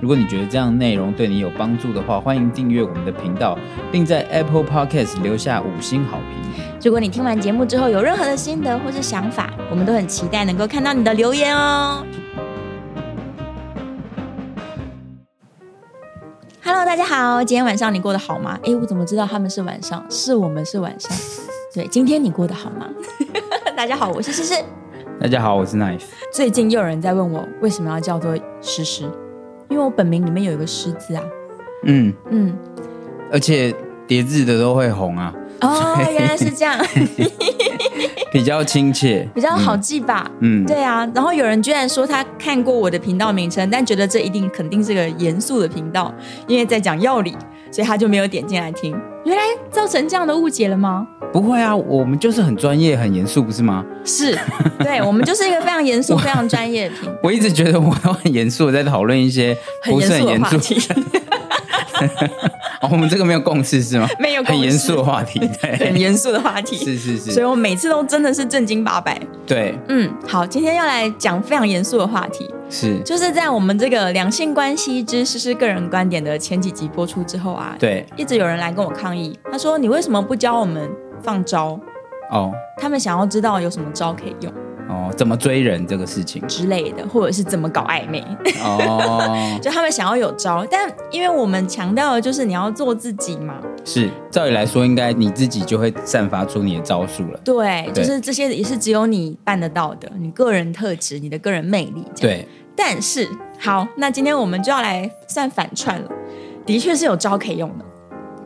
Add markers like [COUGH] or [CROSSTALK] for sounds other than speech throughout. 如果你觉得这样内容对你有帮助的话，欢迎订阅我们的频道，并在 Apple Podcast 留下五星好评。如果你听完节目之后有任何的心得或是想法，我们都很期待能够看到你的留言哦。Hello，大家好，今天晚上你过得好吗？诶，我怎么知道他们是晚上？是我们是晚上。对，今天你过得好吗？ [LAUGHS] 大家好，我是诗诗。大家好，我是 Knife，最近又有人在问我为什么要叫做诗诗，因为我本名里面有一个诗字啊。嗯，嗯，而且叠字的都会红啊，哦，原来是这样，比较亲切，比较好记吧。嗯。嗯，对啊，然后有人居然说他看过我的频道名称，但觉得这一定肯定是个严肃的频道，因为在讲药理，所以他就没有点进来听。原来造成这样的误解了吗？不会啊，我们就是很专业、很严肃，不是吗？是，对我们就是一个非常严肃、非常专业的频道，我一直觉得我都很严肃，在讨论一些很不严是肃很的严话肃。题。哦，我们这个没有共识是吗？ [LAUGHS] 没有共识很严肃的话题，很 [LAUGHS] 对，严肃的话题，是是所以是，我每次都真的是正经八百。对，嗯，好，今天要来讲非常严肃的话题，是，就是在我们这个两性关系之实施个人观点的前几集播出之后啊，对，一直有人来跟我抗议，他说你为什么不教我们放招？哦他们想要知道有什么招可以用，哦，怎么追人这个事情之类的，或者是怎么搞暧昧， [LAUGHS] 哦，就他们想要有招。但因为我们强调的就是你要做自己嘛，是，照理来说，应该你自己就会散发出你的招数了。对，就对是这些也是只有你办得到的，你个人特质、你的个人魅力。，对，但是好，那今天我们就要来算反串了，的确是有招可以用的。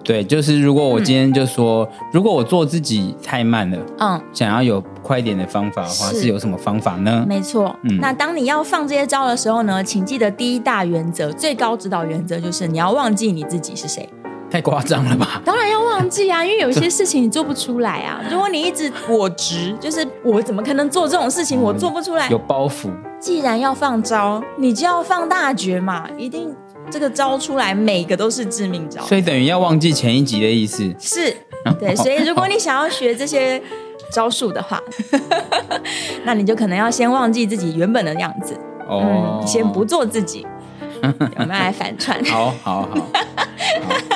对，就是如果我今天就说，如果我做自己太慢了，嗯，想要有快一点的方法的话，是是有什么方法呢？没错，嗯那当你要放这些招的时候呢，请记得第一大原则、最高指导原则就是你要忘记你自己是谁。太夸张 [LAUGHS] 了吧？当然要忘记啊，因为有一些事情你做不出来啊。如果你一直我执，就是我怎么可能做这种事情，我做不出来嗯有。包袱，既然要放招，你就要放大绝嘛，一定这个招出来，每个都是致命招。所以哦等于要忘记前一集的意思。是，对，所以如果你想要学这些招数的话， [LAUGHS] 那你就可能要先忘记自己原本的样子，哦，嗯，先不。做自 [LAUGHS] 己。我们来反串，好好好好，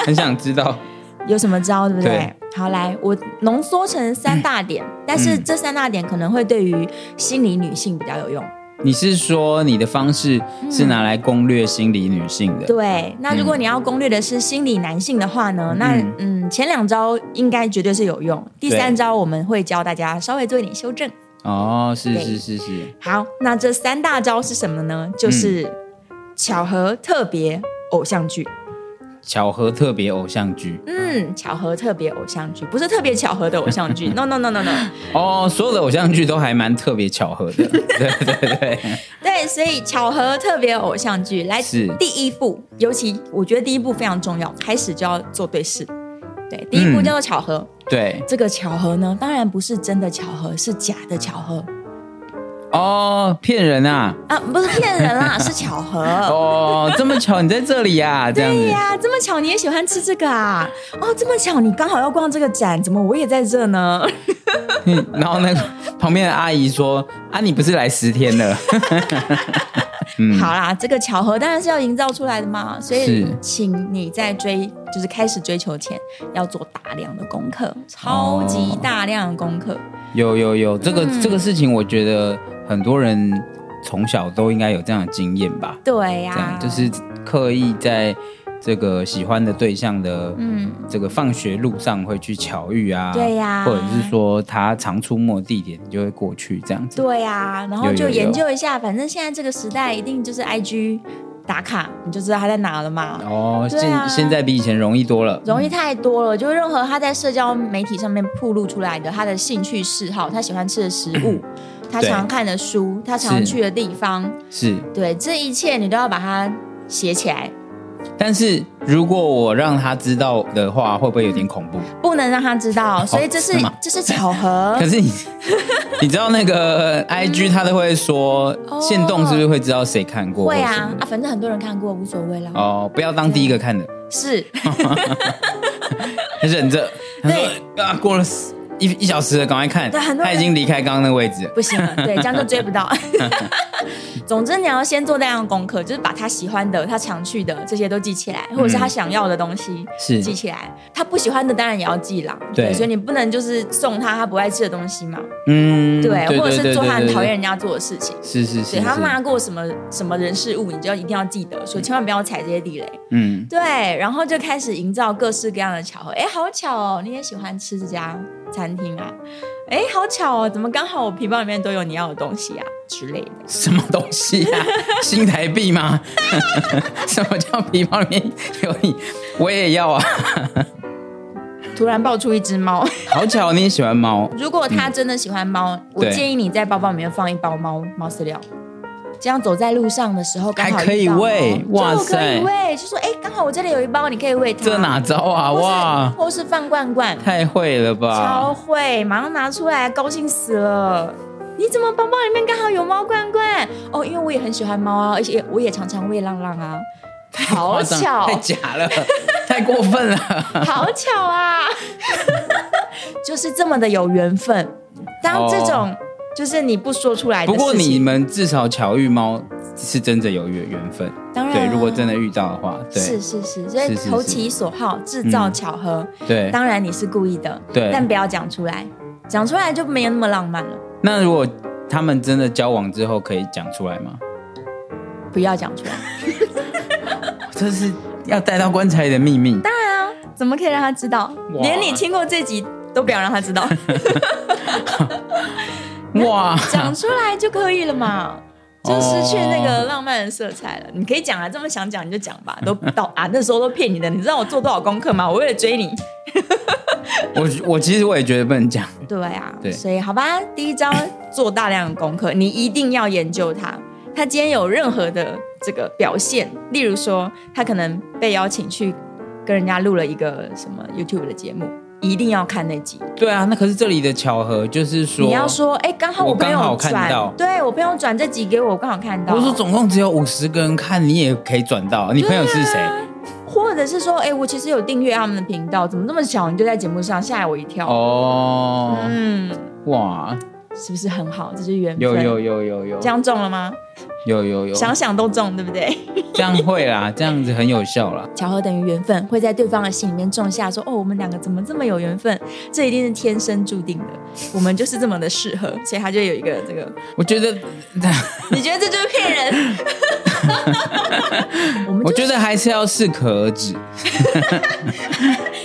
很想知道。有什么招，对不对？对嗯好，来，我浓缩成三大点，但是这三大点可能会对于心理女性比较有用。你是说你的方式是拿来攻略心理女性的？嗯对，那如果你要攻略的是心理男性的话呢，那嗯，前两招应该绝对是有用，第对三招我们会教大家稍微做一点修正。哦，是对是是是，好，那这三大招是什么呢？就是嗯巧合、特别、偶像剧。巧合特别偶像剧。嗯，巧合、特别、偶像剧，不是特别巧合的偶像 [LAUGHS] 剧。no no no no no。哦，所有的偶像剧都还蛮特别巧合 [LAUGHS] 的，对对对，对，所以巧合特别偶像剧来是第一步，尤其我觉得第一步非常重要，开始就要做对事。对，第一步嗯叫做巧合。对这个巧合呢，当然不是真的巧合，是假的巧合哦，骗人啊！啊，不是骗人 [LAUGHS] 啦，是巧合。哦，这么巧你在这 [LAUGHS] 里呀、这样对子呀、这么巧你也喜欢吃这个啊？哦，这么巧你刚好要逛这个展，怎么我也在这呢？嗯 [LAUGHS] 然后那个旁边的阿姨说：“啊，你不是来十天了 [LAUGHS] 好啦，这个巧合当然是要营造出来的嘛，所以嗯是请你在追，就是开始追求前要做大量的功课，超级哦大量的功课。？”有有有，这个、嗯这个事情，我觉得很多人从小都应该有这样的经验吧。对呀、这样就是刻意在这个喜欢的对象的嗯，这个放学路上会去巧遇啊，对呀或者是说他常出没的地点，你就会过去这样子。对呀、然后有就有有研究一下，反正现在这个时代一定就是 I G 打卡，你就知道他在哪了嘛。哦，对现、啊现在比以前容易多了。容易太多了，就任何他在社交媒体上面曝露出来的他的兴趣嗜好，他喜欢吃的食物，他对常看的书，他常是去的地方，是，对，这一切你都要把它写起来。但是如果我让他知道的话，会不会有点恐怖？不能让他知道，所以这是是吗这是巧 [LAUGHS] 合可。是你，你知道那个 I G 他都会说，嗯哦限动是不是会知道谁看过？会或者什啊么啊，反正很多人看过，无所谓啦。哦，不要当第一个看的，是，忍着。他说啊，过了十一一小时了，赶快看。对很多人他已经离开刚刚那个位置了。不行了，对，这样就追不到。 [LAUGHS] 总之，你要先做那样的功课，就是把他喜欢的、他常去的这些都记起来，或者是他想要的东西是记起来。他不喜欢的当然也要记啦。对所以你不能就是送他他不爱吃的东西嘛，嗯，对，或者对是做他很讨厌，对对人家做的事情。是是是对，嗯他是骂过什么什么人事物，你就要一定要记得，所以千万不要踩这些地雷。嗯，对，然后就开始营造各式各样的巧合。哎，好巧哦，你也喜欢吃这家餐厅啊？哎，好巧哦，怎么刚好我皮包里面都有你要的东西啊之类的？什么东西 [LAUGHS] 啊？新台币吗？ [LAUGHS] 什么叫皮包里面有你？我也要啊！突然爆出一只猫。 [LAUGHS] 好巧，你也喜欢猫如果他真的喜欢猫，我嗯对建议你在包包里面放一包猫猫饲料。这样走在路上的时候，刚好还可以遇到猫喂就哇可以塞喂，就说哎，刚好我这里有一包，你可以喂它。这哪招啊？或是哇，或是放罐罐，太会了吧！超会，马上拿出来，高兴死了。你怎么包包里面刚好有猫罐罐？哦，因为我也很喜欢猫啊，而且我也常常喂浪浪啊。好夸张巧，啊 [LAUGHS] 太假 [LAUGHS] 了，太过分了。好巧啊！ [LAUGHS] 就是这么的有缘分。当这种、就是你不说出来的哦不事情，过你们至少巧遇猫是真的有缘缘分，当然啊、对。如果真的遇到的话，是对是是，所以是是是投其所好，制造巧合。对。当然你是故意的，对但不要讲出来，讲出来就没有那么浪漫了。那如果他们真的交往之后，可以讲出来吗？不要讲出来。这是要带到棺材里的秘密。怎么可以让他知道？哇连你听过这集都不要让他知 [LAUGHS] 道，哇，讲出来就可以了嘛，就失去那个浪漫的色彩了。你可以讲啊，这么想讲你就讲吧，都到 [LAUGHS] 啊那时候都骗你的，你知道我做多少功课吗？我为了追你，我我其实我也觉得不能讲。对啊，对所以好吧，第一招做大量的功课，你一定要研究他。他今天有任何的这个表现，例如说他可能被邀请去跟人家录了一个什么 YouTube 的节目，一定要看那集。对啊，那可是这里的巧合就是说，你要说，哎、刚好我朋刚友好看到转，对我朋友转这集给我，我刚好看到。我说总共只有五十个人看，你也可以转到。你朋友是谁？啊或者是说，哎、我其实有订阅他们的频道，怎么这么巧，你就在节目上吓我一跳？哦，嗯，哇，是不是很好？这是缘分。有有有有有这样中了吗？有有有，想想都中，对不对？ [LAUGHS] 这样会 [LAUGHS] 啦，这样子很有效啦。巧合等于缘分，会在对方的心里面种下说，哦，我们两个怎么这么有缘分？这一定是天生注定的，我们就是这么的适合，所以他就有一个这 [LAUGHS] 个。我觉得，你觉得这就是骗 [LAUGHS] 人？ [LAUGHS] 我们我就觉得还是要适可而止，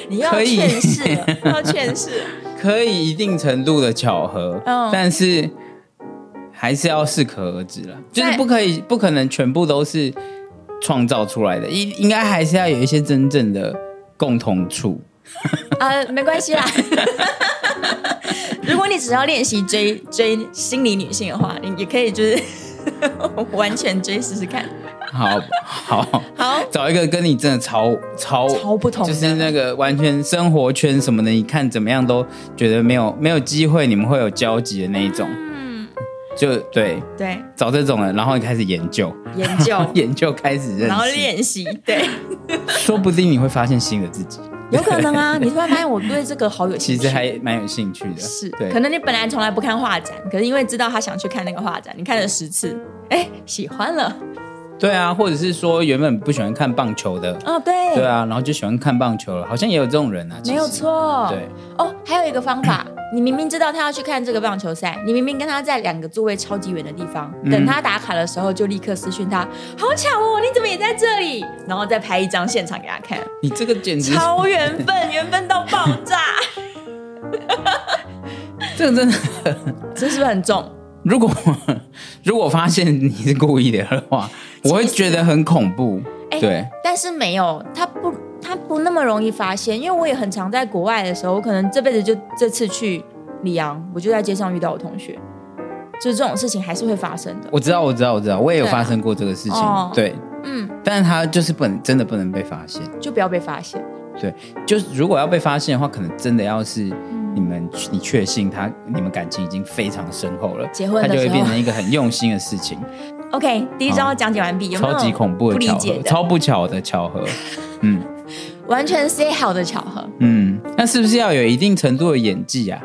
你又要可以劝世 [LAUGHS] 了，又要劝世。可以一定程度的巧合，嗯但是还是要适可而止啦，就是对不可以，不可能全部都是创造出来的，应应该还是要有一些真正的共同处。啊，没关系啦。 [LAUGHS] 如果你只要练习追追心理女性的话，你也可以就是 [LAUGHS] 完全追试试看。好好，好，找一个跟你真的超超超不同的就是那个完全生活圈什么的，你看怎么样都觉得没有没有机会，你们会有交集的那一种，嗯，就对，对，找这种人，然后开始研究，研 [LAUGHS] 究，研究开始认识，然后练习，对，说不定你会发现新的自己。有可能啊。你突然发现我对这个好有兴其趣，实还蛮有兴趣的，是，对，可能你本来从来不看画展，可是因为知道他想去看那个画展，你看了十次，哎，喜欢了，对啊，或者是说原本不喜欢看棒球的，哦，对，对啊，然后就喜欢看棒球了，好像也有这种人啊，其没实有，错，对，哦，还有一个方 [COUGHS] 法，你明明知道他要去看这个棒球赛，你明明跟他在两个座位超级远的地方，嗯等他打卡的时候就立刻私讯他，好巧哦，你怎么也在这里？然后再拍一张现场给他看，你这个简直，超缘 [LAUGHS] 分，缘分到爆炸，这个真的，这是不是很重？如果 [LAUGHS] 如果发现你是故意的的话，我会觉得很恐怖，哎对，但是没有，他不，他不那么容易发现，因为我也很常在国外的时候，我可能这辈子就这次去里昂，我就在街上遇到我同学，就这种事情还是会发生的。我知道，我知道，我知道，我也有发生过这个事情，对啊哦对，嗯，但是它就是不能真的不能被发现。就不要被发现。就是如果要被发现的话，可能真的要是你们你确信他你们感情已经非常深厚了，结婚的它就会时候变成一个很用心的事情， OK，第一好招讲解完 [LAUGHS] 毕，有没超有级恐怖不的理巧解合，的超不巧的巧合。嗯完全 say 好的巧合？嗯，那是不是要有一定程度的演技啊？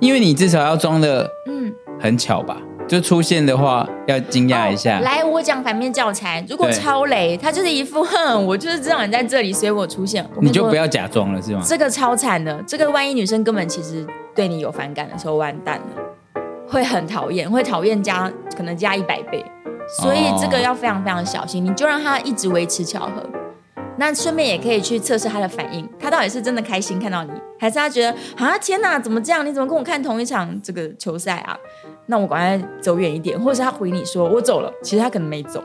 因为你至少要装的嗯，很巧吧？就出现的话要惊讶一下，哦来，我讲反面教材。如果对超雷，他就是一副哼，我就是知道你在这里，所以我出现。我跟你就说不要假装了，是吗？这个超惨的，这个万一女生根本其实对你有反感的时候，完蛋了，会很讨厌，会讨厌加可能加一百倍，所以哦这个要非常非常小心。你就让她一直维持巧合，那顺便也可以去测试她的反应，她到底是真的开心看到你，还是她觉得啊天哪，怎么这样？你怎么跟我看同一场这个球赛啊？那我赶快走远一点，或者是她回你说我走了，其实她可能没走。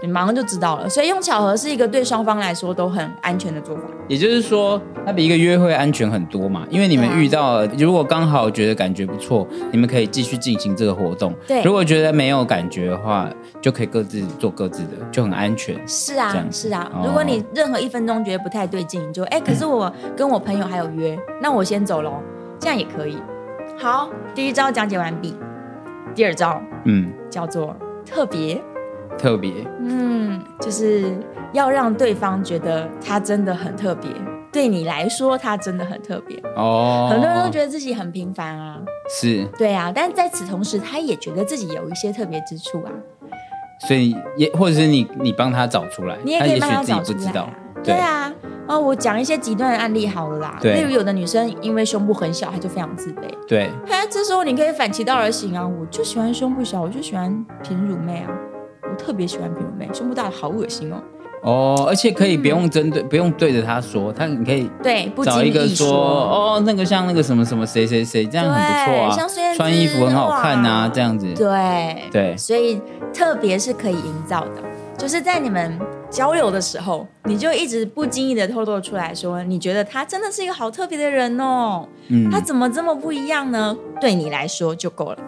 你马上就知道了，所以用巧合是一个对双方来说都很安全的做法。也就是说，它比一个约会安全很多嘛，因为你们对啊遇到了，如果刚好觉得感觉不错，你们可以继续进行这个活动；对如果觉得没有感觉的话，就可以各自做各自的，就很安全。是这啊样，子是啊哦。如果你任何一分钟觉得不太对劲，你就哎、可是我跟我朋友还有约，那我先走喽，这样也可以。好，第一招讲解完毕，第二招嗯，叫做特别，特别嗯，就是要让对方觉得他真的很特别，对你来说他真的很特别。哦，很多人都觉得自己很平凡啊，是，对啊，但在此同时，他也觉得自己有一些特别之处啊，所以也或者是你你帮他找出来，你也可以也帮他许自己找出不知来、道啊。。对啊，哦，我讲一些极端的案例好了啦。对例如有的女生因为胸部很小，她就非常自卑。对，哎，这时候你可以反其道而行啊，我就喜欢胸部小，我就喜欢平乳妹啊，我特别喜欢平乳妹，胸部大的好恶心哦。哦，而且可以不用针对，不用对着他说，他你可以对，不找经一个意说哦，那个像那个什么什么谁谁谁，这样很不错对，啊，像孙燕姿穿衣服很好看呐、哇这样子。对对所以特别是可以营造的，就是在你们交流的时候，你就一直不经意的透露出来说，你觉得他真的是一个好特别的人哦，嗯他，怎么这么不一样呢？对你来说就够了。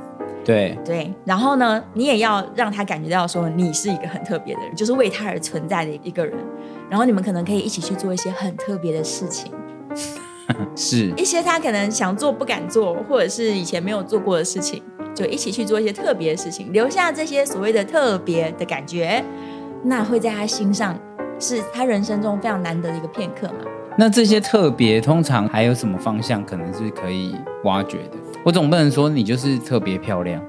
对，对，然后呢，你也要让他感觉到说你是一个很特别的人，就是为他而存在的一个人。然后你们可能可以一起去做一些很特别的事情，是一些他可能想做不敢做，或者是以前没有做过的事情，就一起去做一些特别的事情，留下这些所谓的特别的感觉，那会在他心上是他人生中非常难得的一个片刻嘛。那这些特别通常还有什么方向可能是可以挖掘的？我总不能说你就是特别漂亮，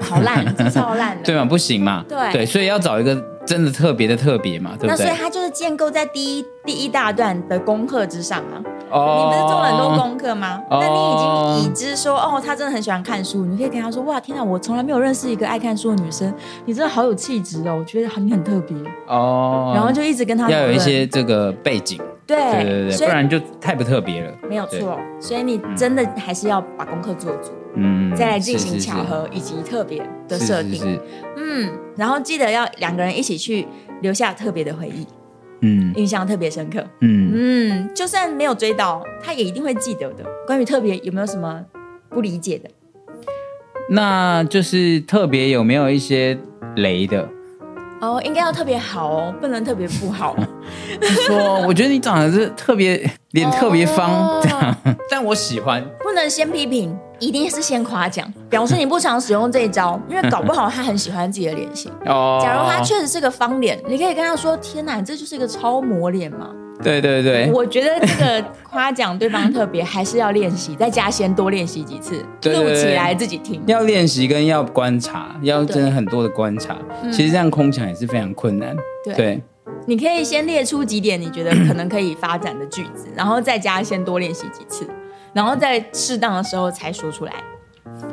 好烂，这超烂的。 [LAUGHS] 对吗？不行嘛，对所以要找一个真的特别的特别嘛，对那不所以对？他就是建构在第一第一大段的功课之上啊。你哦不是做了很多功课吗？哦那你已经已知说，哦，她真的很喜欢看书，你可以跟她说，哇，天哪，我从来没有认识一个爱看书的女生，你真的好有气质哦，我觉得你很特别。哦，然后就一直跟她要有一讨论些这个背景，对对对对所对，以不然就太不特别了。没有错，所以你真的还是要把功课做足，嗯，再来进行是是是巧合以及特别的设定。是是是嗯，然后记得要两个人一起去留下特别的回忆，嗯印象特别深刻。嗯，嗯，就算没有追到，他也一定会记得的。关于特别有没有什么不理解的？那就是特别有没有一些雷的？哦，应该要特别好哦，不能特别不 [LAUGHS] 好。说，我觉得你长得是特别脸特别方哦这样，但我喜欢。不能先批评，一定是先夸奖，表示你不常使用这一招，因为搞不好他很喜欢自己的脸型。哦，假如他确实是个方脸，你可以跟他说：“天哪，你这就是一个超模脸嘛。对对对，我觉得这个夸奖对方特别，还是要练习，在家先多练习几次， [LAUGHS] 对对对录起来自己听。要练习跟要观察，要真的对嗯很多的观察。其实这样空想也是非常困难。对对，你可以先列出几点你觉得可能可以发展的句子，然后在家先多练习几次，然后在适当的时候才说出来。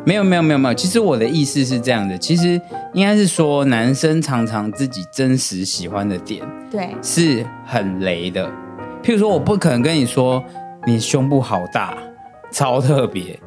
没有没有没有没有，其实我的意思是这样的，其实应该是说男生常常自己真实喜欢的点对，是很雷的，譬如说我不可能跟你说你胸部好大，超特别，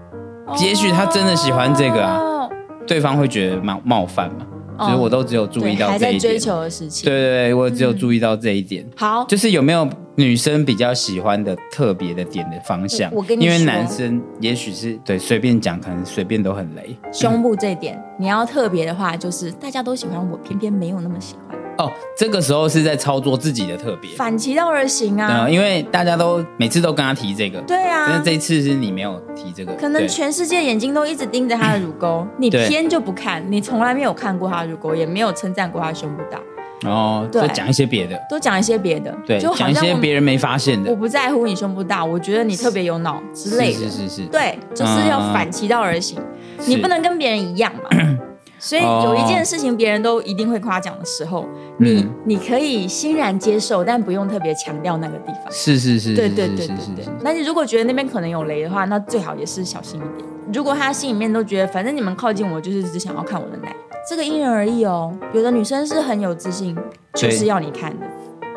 也许他真的喜欢这个啊哦对方会觉得冒冒犯嘛。所以我都只有注意对到还这在一追点，求的嗯事情。对对对，我只有注意到这一点，好，就是有没有女生比较喜欢的特别的点的方向。我我跟你因为说男生也许是对随便讲，可能随便都很雷。胸部这一点，你要特别的话，就是大家都喜欢我，偏偏没有那么喜欢。哦，这个时候是在操作自己的特别，反其道而行啊。嗯，因为大家都每次都跟他提这个，对啊，但是这一次是你没有提这个，可能对全世界眼睛都一直盯着他的乳 [COUGHS] 沟，你对偏就不看，你从来没有看过他的乳沟，也没有称赞过他胸部大，然后对哦就讲一些别的，都讲一些别的，对，就讲好一像些我别人没发现的我不在乎你胸部大，我觉得你特别有脑之类的，是是是是，对，就是要反其道而行，是你不能跟别人一样嘛。 [COUGHS] 所以有一件事情别人都一定会夸奖的时候，你嗯你可以欣然接受，但不用特别强调那个地方。是是是，对是对对是对是是对是。但是如果觉得那边可能有雷的话，那最好也是小心一点。如果他心里面都觉得，反正你们靠近我就是只想要看我的奶，这个因人而异哦。有的女生是很有自信，就对是要你看的。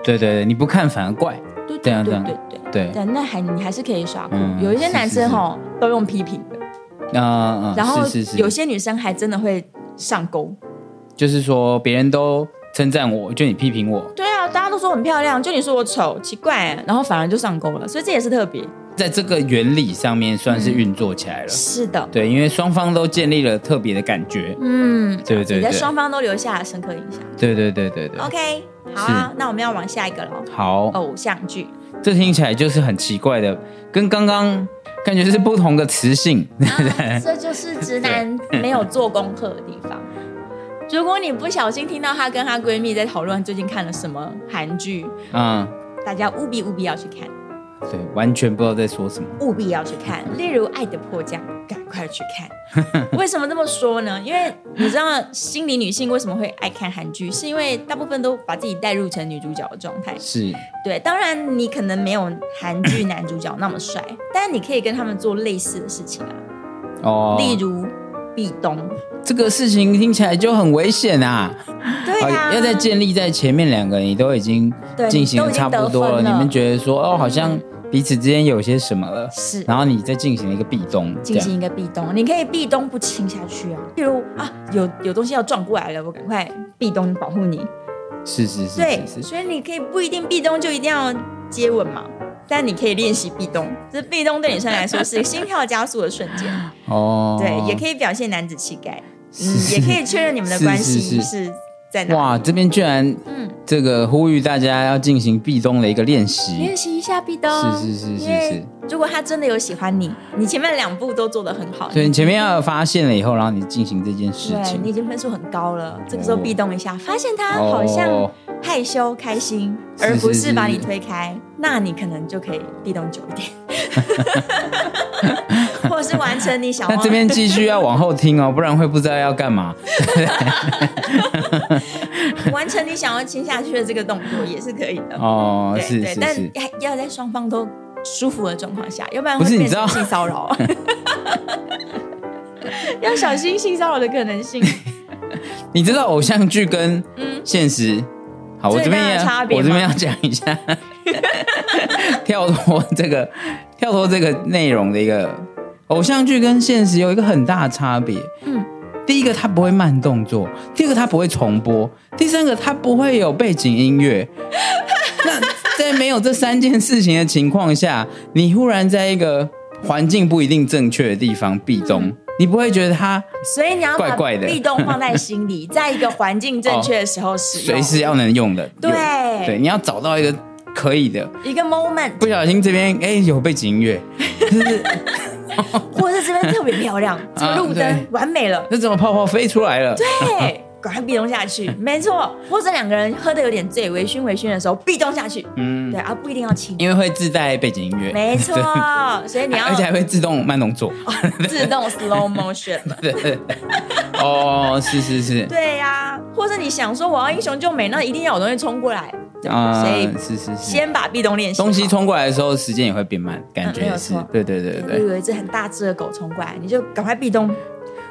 对对对，你不看反而怪，对这对样对对这样对。对，啊对，那还你还是可以耍酷。嗯有一些男是是生是哦都用批评的，嗯嗯，然后是是是，有些女生还真的会上钩。就是说别人都称赞我，就你批评我，对啊，大家都说我很漂亮，就你说我丑，奇怪，然后反而就上钩了，所以这也是特别。在这个原理上面算嗯是运作起来了。是的，对，因为双方都建立了特别的感觉。嗯，对对你在对，双方都留下了深刻印象。对对对对对。 OK，好哦啊，那我们要往下一个了。好，偶像剧，这听起来就是很奇怪的，跟刚刚感觉是不同的词性。啊这就是直男没有做功课的地方。 [LAUGHS] 如果你不小心听到她跟她闺蜜在讨论最近看了什么韩剧，嗯，大家务必务必要去看。对，完全不知道在说什么。务必要去看，例如《爱的迫降》，赶快去看。为什么这么说呢？因为你知道，心理女性为什么会爱看韩剧，是因为大部分都把自己带入成女主角的状态。是，对，当然你可能没有韩 [COUGHS] 剧男主角那么帅，但你可以跟他们做类似的事情啊，哦，例如壁咚。这个事情听起来就很危险啊！对啊，要在建立在前面两个你都已经对进行都的已经差不多得分了嗯你们觉得说哦，好像彼此之间有些什么了，是然后你再进行一个壁咚，进这样行一个壁咚，你可以壁咚不亲下去啊，例如啊有有东西要撞过来了，我赶快壁咚保护你。是是是对，是是，所以你可以不一定壁咚就一定要接吻嘛，但你可以练习壁咚。这壁咚对女生来说是心跳加速的瞬 [LAUGHS] 间，哦，对，也可以表现男子气概，嗯，是也可以确认你们的关系是是是在哪。哇，这边居然嗯，这个呼吁大家要进行壁咚的一个练习练，习一下壁咚，是是是是因为是如果他真的有喜欢你，你前面两步都做得很好，所以你前面要有发现了以后，然后你进行这件事对你情，已经分数很高了，这个时候哦壁咚一下，发现他好像哦害羞开心，是而不是是把是你推开，那你可能就可以壁咚久一 [LAUGHS] 点，或者是完成你想那要。这边继续要往后听哦，不然会不知道要干嘛。完成你想要亲下去的这个动作也是可以的。哦， [LAUGHS] 对是对，是但是，要在双方都舒服的状况下，要不然不会是你变知道成性骚扰。 [LAUGHS] 要小心性骚扰的可能性。你知道偶像剧跟现实，好，我嗯最这大的边也差要别我这边吗要讲一下，跳脱这个跳脱这个内容的一个偶像剧跟现实有一个很大的差别。嗯，第一个它不会慢动作，第二个它不会重播，第三个它不会有背景音乐。那在没有这三件事情的情况下，你忽然在一个环境不一定正确的地方嗯壁咚，你不会觉得它所以你要把怪怪的哦壁咚放在心里，在一个环境正确的时候使用随，时要能用的。对有对，你要找到一个可以的。一个 moment，不小心这边哎、有背景音乐，或者是这边特别漂亮， [LAUGHS] 这个路啊对灯完美了，那怎么泡泡飞出来了？对，赶快壁咚下去，没错。或者两个人喝的有点醉，微醺微醺的时候壁咚下去，嗯对，啊，不一定要亲，因为会自带背景音乐，没 [LAUGHS] 错。所以你要而且还会自动慢动作。自动 slow [LAUGHS] motion 嘛。对对对哦，是 [LAUGHS] 是是，对呀、或者你想说我要英雄救美，那一定要有东西冲过来，啊、所以是是是，先把壁咚练习好。东西冲过来的时候，时间也会变慢，感觉嗯没也有是错。对对对对，对就有一只很大只的狗冲过来，你就赶快壁咚。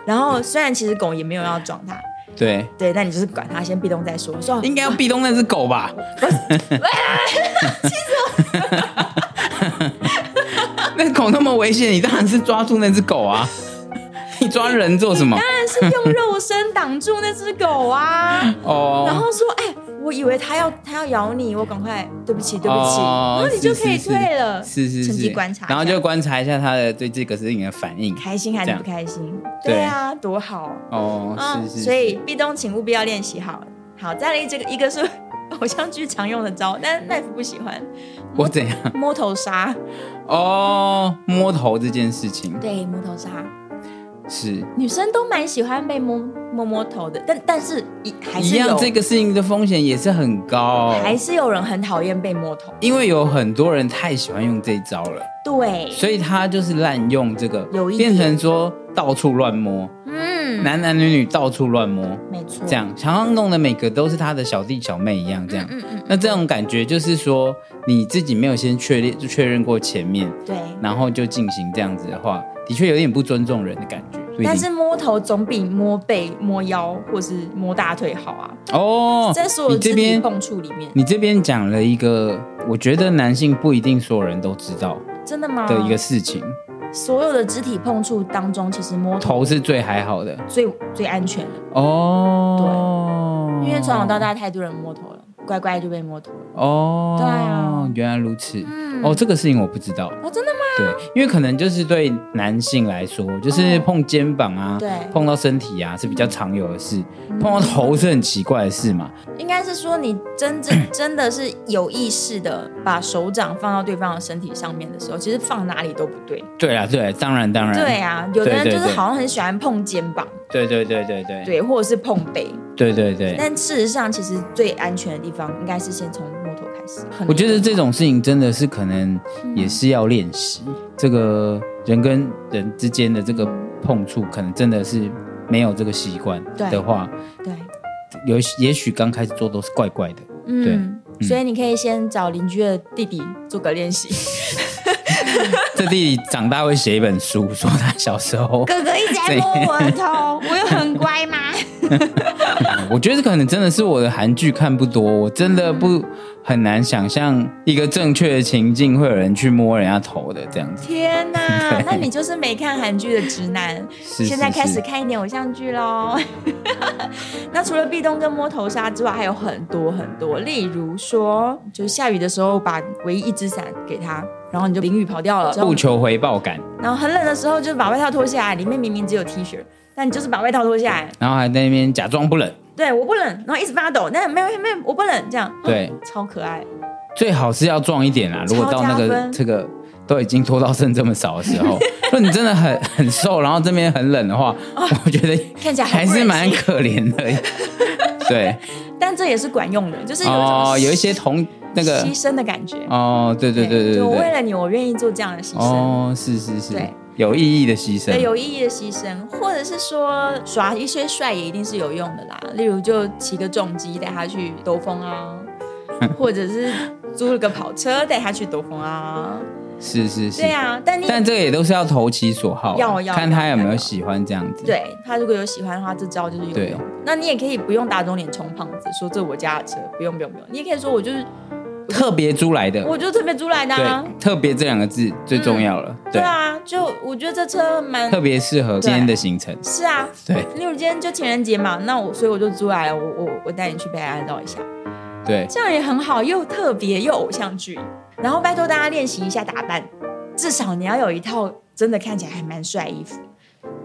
然嗯后虽然其实狗也没有要撞它，对，对，但你就是管它，先壁咚再说。说应该要壁咚那只狗 [LAUGHS] 吧？那狗那么危险，你当然是抓住那只狗啊！你抓人做什么？当然是用肉身挡住那只狗啊。然 [LAUGHS] 哦，后说，哎，我以为它要它要咬你，我赶快，对不起，对不起，哦然后你就可以是是是退了，是是趁机是，观察一下，然后就观察一下他的对这个事情的反应。开心还这是样不开心？对对啊，多好。哦，嗯，是是，所以是壁咚请务必要练习好。好，再来这个一个是 [LAUGHS] 偶像剧常用的招，但是奈夫不喜欢我怎样？摸头杀，哦，摸头这件事情对，摸头杀，是女生都蛮喜欢被摸摸摸头的，但但是一还一是样，有这个事情的风险也是很高，还是有人很讨厌被摸头，因为有很多人太喜欢用这一招了，对，所以他就是滥用这个有，一点变成说到处乱摸，嗯，男男女女到处乱摸，没错，这样常常弄得每个都是他的小弟小妹一样，这样。嗯嗯那这种感觉就是说，你自己没有先确认确认过前面，嗯，对。然后就进行这样子的话，的确有点不尊重人的感觉。所以但是摸头总比摸背、摸腰或是摸大腿好啊！哦，在所有你这肢体边碰触里面，你这边讲了一个，我觉得男性不一定所有人都知道真的吗？的一个事情，所有的肢体碰触当中，其实摸头头是最还好的最最安全的，哦。因为从小到大太多人摸头了，乖乖就被摸头了。哦，对啊原来如此。嗯哦，这个事情我不知道。哦，真的吗？对，因为可能就是对男性来说，就是哦碰肩膀啊，对嗯碰到身体啊是比较常有的事，碰到头是很奇怪的事嘛。应该是说你真 [CLEARS THROAT] 正真的是有意识的把手掌放到对方的身体上面的时候，其实放哪里都不对。对啊，对，当然当然，对啊，有的人对就对是好像很喜欢碰肩膀，对对对对对对，或者是碰背，对对对，但事实上其实最安全的地方应该是先从摸头开始。很我觉得这种事情真的是可能嗯也是要练习，这个人跟人之间的这个碰触，可能真的是没有这个习惯对的话，对，有也许刚开始做都是怪怪的。 [LAUGHS] 嗯，所以你可以先找邻居的弟弟做个练习。 [LAUGHS] 这弟弟长大会写一本书，说他小时候，哥哥一直在摸我的头，我有很乖吗？我觉得可能真的是我的韩剧看不多，我真的不很难想象一个正确的情境会有人去摸人家头的这样子。天 [LAUGHS] 哪，那你就是没看韩剧的直男。是现在是开始是看一点偶像剧喽。 [LAUGHS] 那除了壁咚跟摸头杀之外，还有很多很多，例如说，就是下雨的时候把唯一一只伞给他，然后你就淋雨跑掉了。不求回报感，然后很冷的时候，就是把外套脱下来，里面明明只有 T 恤，但你就是把外套脱下来。然后还在那边假装不冷。对，我不冷，然后一直发抖，但没有没有，我不冷，这样。对，超可爱。最好是要壮一点啦。如果到嗯超那加个分这个都已经脱到剩这么少的 [LAUGHS] 时候，如果你真的很很瘦，然后这边很冷的话，哦我觉得看起来还很不是忍蛮心可怜的。 [LAUGHS] 对，但这也是管用的，就是有一种哦，有一些同那个牺牲的感觉。哦，对对对对就对我为对，了你，我愿意做这样的牺牲，哦，是是是对，有意义的牺对，牲，有意义的牺牲，或者是说耍一些帅也一定是有用的啦。例如就骑个重机带他去兜风 [LAUGHS] 啊，或者是租了个跑车带他去兜风啊，是是是对。啊。但你但这个也都是要投其所好啊，要要看他要有没有要喜欢这样子。，对他如果有喜欢的话，这招就是有对用。那你也可以不用打肿脸充胖子，说这我家的车，不用不用不用。你也可以说我就是特别租来的，我就特别租来的、啊，对，特别这两个字最重要了。对，啊，就我觉得这车蛮特别适合今天的行程。是啊，对例如今天就情人节嘛，那我所以我就租来了，我我我带你去北海道一下，对，这样也很好，又特别又偶像剧。然后拜托大家练习一下打扮，至少你要有一套真的看起来还蛮帅的衣服。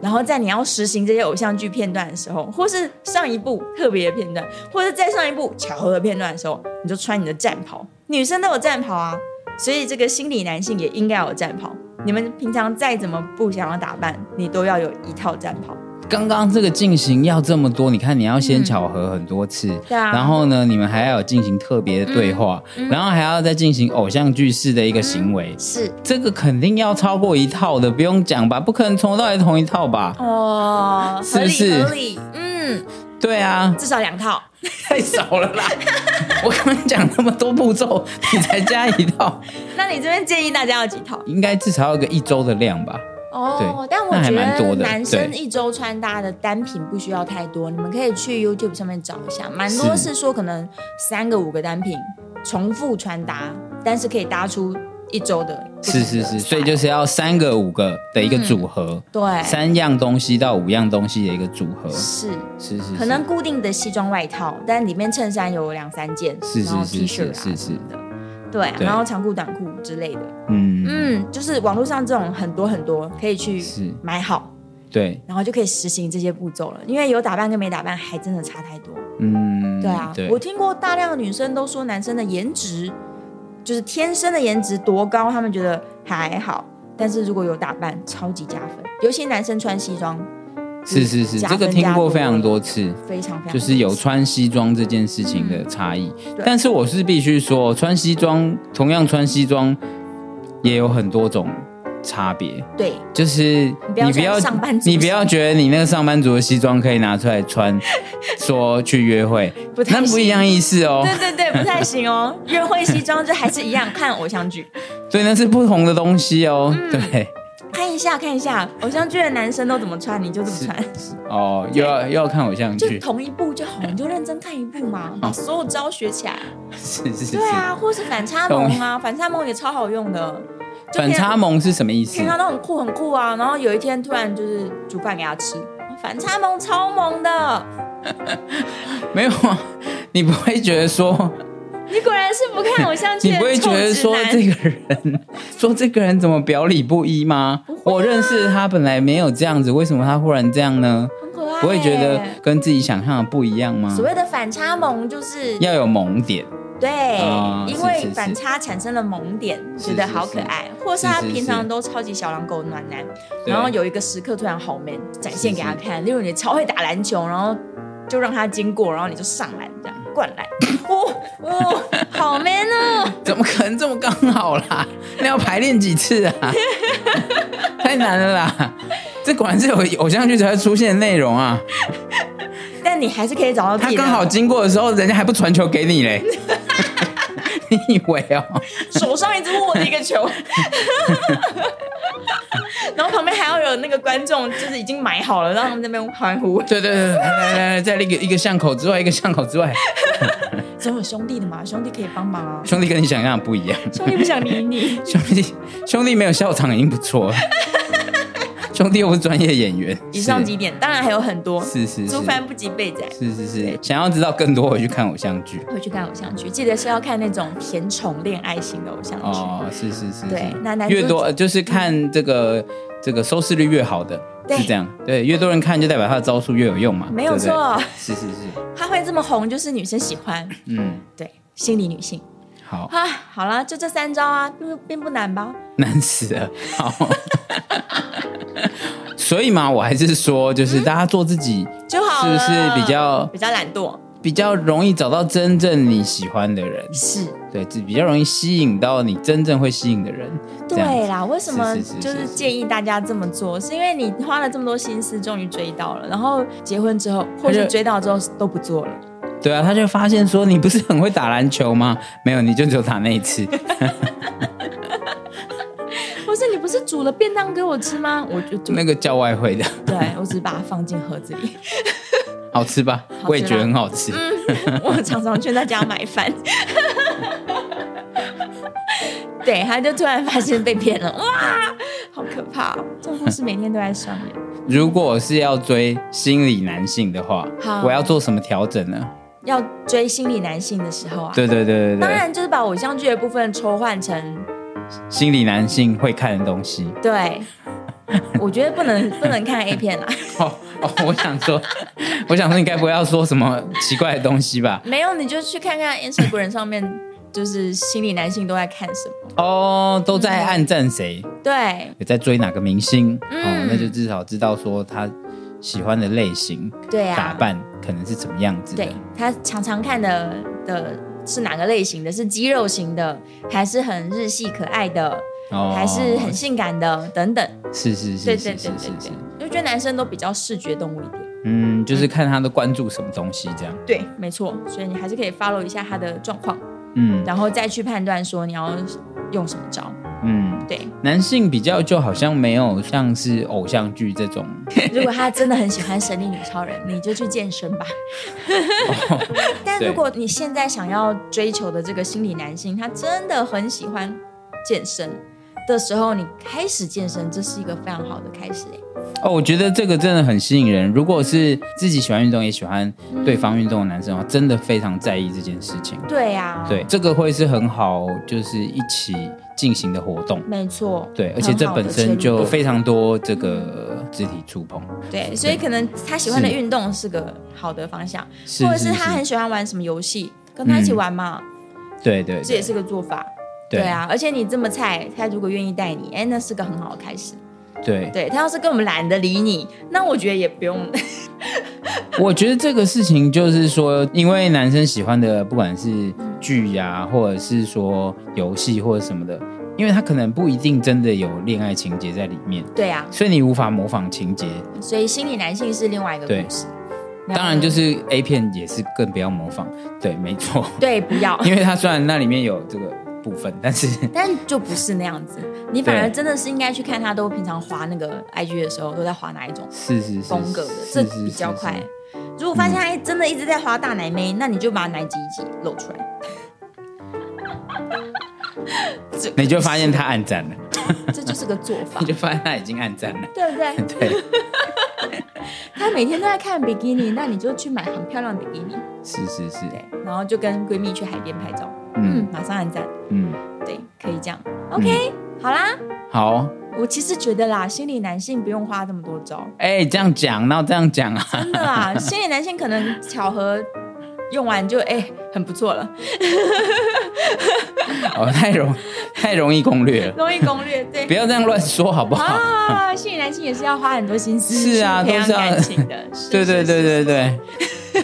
然后在你要实行这些偶像剧片段的时候，或是上一部特别的片段，或者再上一部巧合的片段的时候，你就穿你的战袍。女生都有战袍啊，所以这个心理男性也应该有战袍。你们平常再怎么不想要打扮，你都要有一套战袍。刚刚这个进行要这么多，你看你要先巧合很多次，对啊嗯然后呢，你们还要有进行特别的对话，然后还要再进行偶像剧式的一个行为，是这个肯定要超过一套的，不用讲吧，不可能从头到尾同一套吧？ [LAUGHS] 哦，是不是合理合理，嗯，对啊，至少两套。太少了啦！我刚刚讲那么多步骤，你才加一套，那你这边建议大家有几套？应该至少要有个一周的量吧？哦对，但我那还觉蛮多得的男生对一周穿搭的单品不需要太多，你们可以去 YouTube 上面找一下，蛮多是是说可能三个五个单品重复穿搭，但是可以搭出一周的不同是的是 style 是，所以就是要三个五个的一个组合，对三样东西到五样东西的一个组合，是是是是，可能固定的西装外套，但里面衬衫有两三件，是然后是 T 是恤啊是是什是么的，对啊，对然后长裤短裤之类的。嗯，嗯，就是网络上这种很多很多可以去是买好，对，然后就可以实行这些步骤了。因为有打扮跟没打扮还真的差太多。嗯，对啊，对我，听过大量的女生都说男生的颜值就是天生的颜值多高，他们觉得还好，但是如果有打扮，超级加分。尤其男生穿西装，是是是，加这分个听过非常加多次。非常非常就是有穿西装这件事情的差异。嗯对但是我是必须说，穿西装同样穿西装也有很多种差别。对就是你你不不要要像上班族你不要觉得你那个上班族的西装可以拿出来穿，说去约会， [LAUGHS] 不太那不一样意思哦。对对对，不太行哦。约会西装就还是一样，看偶像剧，所以那是不同的东西哦。嗯对， [LAUGHS] 看一下看一下，偶像剧的男生都怎么穿，你就怎么穿，哦，又要又要看偶像就剧，同一部就好，你就认真看一部哦嘛，把所有招学起来。是是是对。啊，或是反差萌 [LAUGHS] 啊，反差萌也超好用的。就反平常差萌是什么意思平？常都很酷很酷啊，然后有一天突然就是煮饭给他吃，反差萌超萌的，没有啊， [LAUGHS] 你不会觉得说你果然是不看偶像剧你的不会觉得说臭直男这个人，说这个人怎么表里不一吗？啊我认识他本来没有这样子，为什么他忽然这样呢？很可爱、欸，不会觉得嗯跟自己想象的不一样吗所？谓的反差萌就是要有萌点，对、啊因是为是反差产生了萌点，是觉得好可爱，或是他是是平常都超级小狼狗暖男，对然后有一个时刻突然好 man 展现给他是看，例如你超会打篮球，然后就让他经过，然后你就上篮这样灌 [LAUGHS] 篮，哇、哇、好 man 哦！怎么可能这么刚好啦？那要排练几次啊？ [LAUGHS] 太难了啦！这果然是有偶像剧才会出现的内容啊！但你还是可以找到自他己的刚好 [LAUGHS] 经过的时候，人家还不传球给你嘞， [LAUGHS] 你以为哦？手上一直握着一个球， [LAUGHS] 然后旁边还要有那个观众，就是已经买好了，让他们在那边欢 [LAUGHS] 呼。对对对，来来来，在一个一个巷口之外，一个巷口之外，总有兄弟的嘛，兄弟可以帮忙啊。兄弟跟你想象的不一样。兄弟不想理你，兄弟，兄弟没有笑场已经不 [LAUGHS] 错了。兄弟又不是专业演员。以上几点当然还有很多，是是是猪翻不及被宰。是是是，想要知道更多，我去看偶像剧。会去看偶像剧，记得是要看那种甜宠恋爱型的偶像剧。哦，是是是，对是那男主嗯越多呃就是看这个这个收视率越好的，对是这样。对，越多人看就代表他的招数越有用嘛。没有对不对错。是是是，他会这么红，就是女生喜欢，嗯，对，心理女性好，啊。好了，就这三招啊，并并不难吧？难死了。 [LAUGHS] 好，所以嘛，我还是说，嗯就是大家做自己，就好是不了。是比较比较懒惰？比较容易找到真正你喜欢的人。是。对，这比较容易吸引到你真正会吸引的人。这样对子，啦，为什么是是是就是是是建议大家这么做？是因为你花了这么多心思，终于追到了，然后结婚之后，或而是且追到之后都不做了。对啊，他就发现说你不是很会打篮球吗？没有，你就只有打那 [LAUGHS] 一次。或是你不是煮了便当给我吃吗？我就就那个叫外汇的，对我只是把它放进盒子里。好吃吧？啦我也觉得很好吃。嗯我常常去他家买饭。对，他就突然发现被骗了，哇，好可怕、哦！这种故事每天都在上演。如果我是要追心理男性的话好，我要做什么调整呢？要追心理男性的时候啊，对对对对当对，然就是把偶像剧的部分抽换成心理男性会看的东西。对，我觉得不能不能看 A 片啦，哦哦，我想说， [LAUGHS] 我想说，你该不会要说什么奇怪的东西吧？没有你就去看看 Instagram 上面，就是心理男性都在看什么。哦，都在暗赞谁？对有在追哪个明星，嗯哦，那就至少知道说他喜欢的类型、对啊，打扮可能是怎么样子的对。他常常看的的是哪个类型的？是肌肉型的，还是很日系可爱的，哦还是很性感的等等？是是是对是对是对对是是对，，因为觉得男生都比较视觉动物一点。嗯，就是看他都关注什么东西这样。对，没错，所以你还是可以 follow 一下他的状况，嗯然后再去判断说你要用什么招。嗯，对，男性比较就好像没有像是偶像剧这种， [LAUGHS] 如果他真的很喜欢神力女超人，你就去健身 [LAUGHS] 吧。但对如果你现在想要追求的这个心理男性，他真的很喜欢健身的时候，你开始健身，这是一个非常好的开始、欸。哦，我觉得这个真的很吸引人。如果是自己喜欢运动，也喜欢对方运动的男生的话，真的非常在意这件事情。对啊呀、对，，这个会是很好，就是一起进行的活动。没错，嗯对，而且这本身就非常多这个肢体触碰，对，所以可能他喜欢的是运动是个好的方向，是或者是是他很喜欢玩什么游戏，跟他一起玩嘛，对对，这也是个做法。对对啊，而且你这么菜，他如果愿意带你，哎，那是个很好的开始。对，对他要是根本懒得理你，那我觉得也不用。我觉得这个事情就是说，因为男生喜欢的不管是嗯剧呀、或者是说游戏或者什么的，因为他可能不一定真的有恋爱情节在里面， [LAUGHS] 对啊，所以你无法模仿情节。所以心理男性是另外一个对故事。当然，就是 A 片也是更不要模仿，对，没错， [LAUGHS] 对，不要，因为它虽然那里面有这个部分，但是但就不是那样子。你反而对真的是应该去看他都平常滑那个 IG 的时候都在滑哪一种是是是风格的，是这是比较是快是。嗯如果发现他真的一直在滑大奶妹，那你就把奶挤一挤露出来，你就发现他暗赞了，这就是个做法 [LAUGHS] 你，就发现他已经暗赞了， [LAUGHS] 对不对？ [LAUGHS] 对。 [LAUGHS] 他每天都在看比基尼，那你就去买很漂亮的比基尼，是是是，对，然后就跟闺蜜去海边拍照，嗯嗯，马上按赞，嗯，对，可以这样，OK，、好啦。好，我其实觉得啦，心理男性不用花这么多招，哎、这样讲，那这样讲啊， [LAUGHS] 真的啦，心理男性可能巧合用完就哎、很不错了，哦，太容太容易攻略了，容易攻略，对不。要这样乱说好不好？啊，心理男性也是要花很多心思是啊去培养都是要感情 [LAUGHS] 的，是 [LAUGHS] 对是是对。对对对，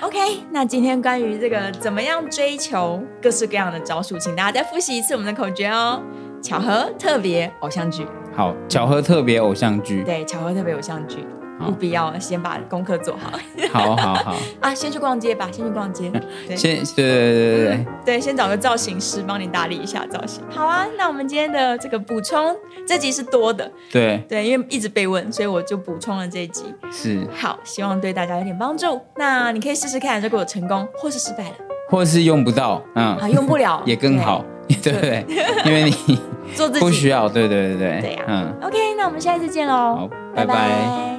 OK，那今天关于这个怎么样追求各式各样的招数，请大家再复习一次我们的口诀哦。巧合特别偶像剧，好，巧合特别偶像 [LAUGHS] 剧，对，巧合特别偶像剧，好务必要先把功课做好好好好，啊！先去逛街 [LAUGHS] 吧，先去逛街，对先对对对对对，先找个造型师帮你打理一下造型。好啊，那我们今天的这个补充，这集是多的，对对，因为一直被问，所以我就补充了这一集。对，是，好，希望对大家有点帮助。那你可以试试看，如果有成功或是失败了或是用不到，啊，嗯，用不了 [LAUGHS] 也更好，对不对？因 [LAUGHS] 为你对，做自己不需要，对对对对呀嗯。 OK，那我们下一次见喽，好拜拜拜